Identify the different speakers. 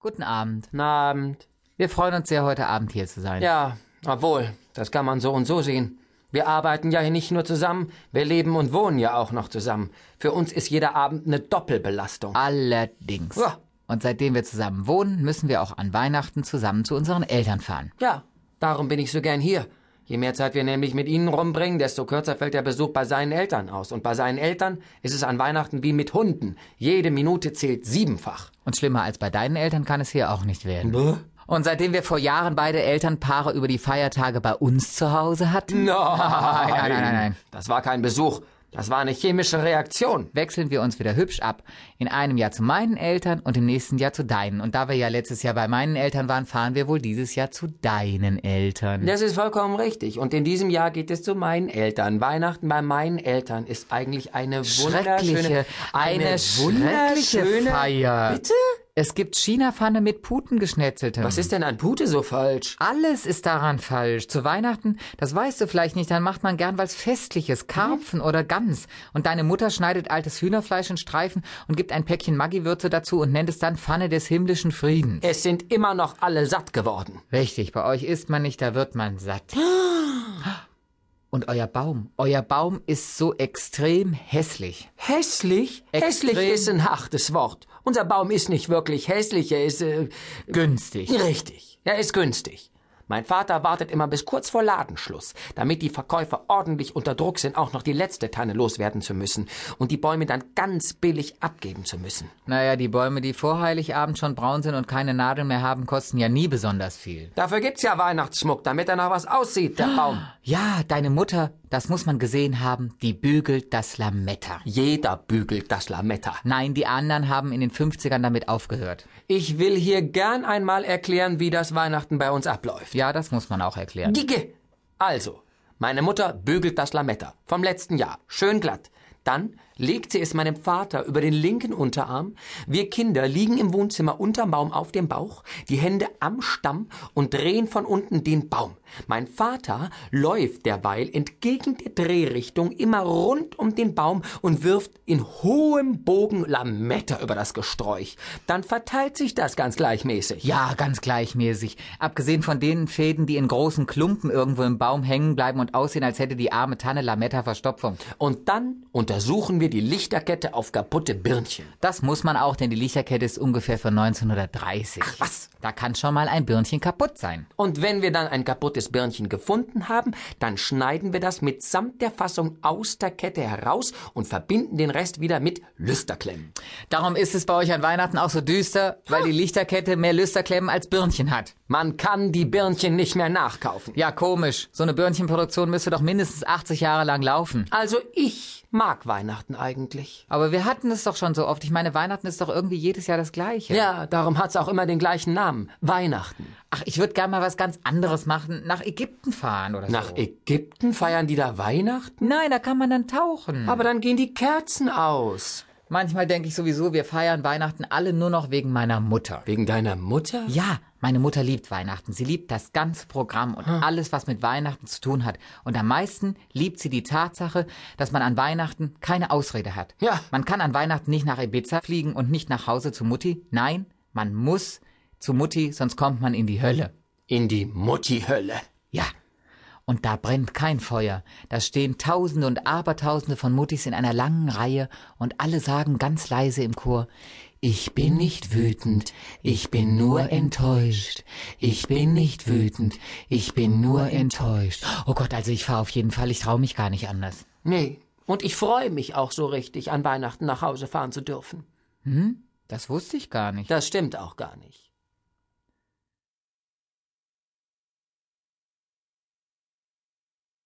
Speaker 1: Guten Abend.
Speaker 2: Na Abend.
Speaker 1: Wir freuen uns sehr, heute Abend hier zu sein.
Speaker 2: Ja, obwohl, das kann man so und so sehen. Wir arbeiten ja hier nicht nur zusammen, wir leben und wohnen ja auch noch zusammen. Für uns ist jeder Abend eine Doppelbelastung.
Speaker 1: Allerdings.
Speaker 2: Ja.
Speaker 1: Und seitdem wir zusammen wohnen, müssen wir auch an Weihnachten zusammen zu unseren Eltern fahren.
Speaker 2: Ja, darum bin ich so gern hier. Je mehr Zeit wir nämlich mit ihnen rumbringen, desto kürzer fällt der Besuch bei seinen Eltern aus. Und bei seinen Eltern ist es an Weihnachten wie mit Hunden. Jede Minute zählt siebenfach.
Speaker 1: Und schlimmer als bei deinen Eltern kann es hier auch nicht werden. Und seitdem wir vor Jahren beide Elternpaare über die Feiertage bei uns zu Hause hatten,
Speaker 2: Nein,
Speaker 1: nein, nein, nein.
Speaker 2: Das war kein Besuch. Das war eine chemische Reaktion.
Speaker 1: wechseln wir uns wieder hübsch ab. In einem Jahr zu meinen Eltern und im nächsten Jahr zu deinen. Und da wir ja letztes Jahr bei meinen Eltern waren, fahren wir wohl dieses Jahr zu deinen Eltern.
Speaker 2: Das ist vollkommen richtig. Und in diesem Jahr geht es zu meinen Eltern. Weihnachten bei meinen Eltern ist eigentlich eine wunderschöne,
Speaker 1: Schreckliche, eine, schreckliche Feier.
Speaker 2: Bitte?
Speaker 1: Es gibt China-Pfanne mit Puten geschnetzeltem.
Speaker 2: Was ist denn an Pute so falsch?
Speaker 1: Alles ist daran falsch. Zu Weihnachten, das weißt du vielleicht nicht, dann macht man gern was
Speaker 2: Mhm.
Speaker 1: Festliches, Karpfen oder Gans. Und deine Mutter schneidet altes Hühnerfleisch in Streifen und gibt ein Päckchen Maggi-Würze dazu und nennt es dann Pfanne des himmlischen Friedens.
Speaker 2: Es sind immer noch alle satt geworden.
Speaker 1: Richtig, bei euch isst man nicht, da wird man satt. Und euer Baum, euer Baum ist so extrem hässlich.
Speaker 2: Hässlich?
Speaker 1: Extrem.
Speaker 2: Hässlich ist ein hartes Wort. Unser Baum ist nicht wirklich hässlich, er ist äh,
Speaker 1: Günstig.
Speaker 2: richtig. Er ist günstig. Mein Vater wartet immer bis kurz vor Ladenschluss, damit die Verkäufer ordentlich unter Druck sind, auch noch die letzte Tanne loswerden zu müssen und die Bäume dann ganz billig abgeben zu müssen.
Speaker 1: Naja, die Bäume, die vor Heiligabend schon braun sind und keine Nadeln mehr haben, kosten ja nie besonders viel.
Speaker 2: Dafür gibt's ja Weihnachtsschmuck, damit er nach was aussieht, der Baum.
Speaker 1: Ja, deine Mutter, das muss man gesehen haben, die bügelt das Lametta.
Speaker 2: Jeder bügelt das Lametta.
Speaker 1: Nein, die anderen haben in den 50ern damit aufgehört.
Speaker 2: Ich will hier gern einmal erklären, wie das Weihnachten bei uns abläuft.
Speaker 1: Ja, das muss man auch erklären.
Speaker 2: Dicke. Also, meine Mutter bügelt das Lametta vom letzten Jahr, schön glatt. Dann legt sie es meinem Vater über den linken Unterarm. Wir Kinder liegen im Wohnzimmer unterm Baum auf dem Bauch, die Hände am Stamm und drehen von unten den Baum. Mein Vater läuft derweil entgegen der Drehrichtung immer rund um den Baum und wirft in hohem Bogen Lametta über das Gesträuch. Dann verteilt sich das ganz gleichmäßig.
Speaker 1: Ja, ganz gleichmäßig. Abgesehen von den Fäden, die in großen Klumpen irgendwo im Baum hängen bleiben und aussehen, als hätte die arme Tanne Lametta Verstopfung.
Speaker 2: Und dann untersuchen wir die Lichterkette auf kaputte Birnchen.
Speaker 1: Das muss man auch, denn die Lichterkette ist ungefähr von 1930. Ach
Speaker 2: was.
Speaker 1: Da kann schon mal ein Birnchen kaputt sein.
Speaker 2: Und wenn wir dann ein kaputtes Birnchen gefunden haben, dann schneiden wir das mitsamt der Fassung aus der Kette heraus und verbinden den Rest wieder mit Lüsterklemmen.
Speaker 1: Darum ist es bei euch an Weihnachten auch so düster, weil die Lichterkette mehr Lüsterklemmen als Birnchen hat.
Speaker 2: Man kann die Birnchen nicht mehr nachkaufen.
Speaker 1: Ja, komisch. So eine Birnchenproduktion müsste doch mindestens 80 Jahre lang laufen.
Speaker 2: Also ich mag Weihnachten eigentlich.
Speaker 1: Aber wir hatten es doch schon so oft. Ich meine, Weihnachten ist doch irgendwie jedes Jahr das Gleiche.
Speaker 2: Ja, darum hat's auch immer den gleichen Namen. Weihnachten.
Speaker 1: Ach, ich würde gerne mal was ganz anderes machen. Nach Ägypten fahren oder
Speaker 2: Nach
Speaker 1: so.
Speaker 2: Ägypten feiern die da Weihnachten?
Speaker 1: Nein, da kann man dann tauchen.
Speaker 2: Aber dann gehen die Kerzen aus.
Speaker 1: Manchmal denke ich sowieso, wir feiern Weihnachten alle nur noch wegen meiner Mutter.
Speaker 2: Wegen deiner Mutter?
Speaker 1: Ja, meine Mutter liebt Weihnachten. Sie liebt das ganze Programm und alles, was mit Weihnachten zu tun hat. Und am meisten liebt sie die Tatsache, dass man an Weihnachten keine Ausrede hat.
Speaker 2: Ja.
Speaker 1: Man kann an Weihnachten nicht nach Ibiza fliegen und nicht nach Hause zu Mutti. Nein, man muss zu Mutti, sonst kommt man in die Hölle.
Speaker 2: In die Mutti-Hölle.
Speaker 1: Ja. Und da brennt kein Feuer. Da stehen Tausende und Abertausende von Muttis in einer langen Reihe und alle sagen ganz leise im Chor, ich bin nicht wütend, ich bin nur enttäuscht. Ich bin nicht wütend, ich bin nur enttäuscht. Oh Gott, also ich fahre auf jeden Fall, ich traue mich gar nicht anders.
Speaker 2: Nee. Und ich freue mich auch so richtig, an Weihnachten nach Hause fahren zu dürfen.
Speaker 1: Hm? Das wusste ich gar nicht.
Speaker 2: Das stimmt auch gar nicht.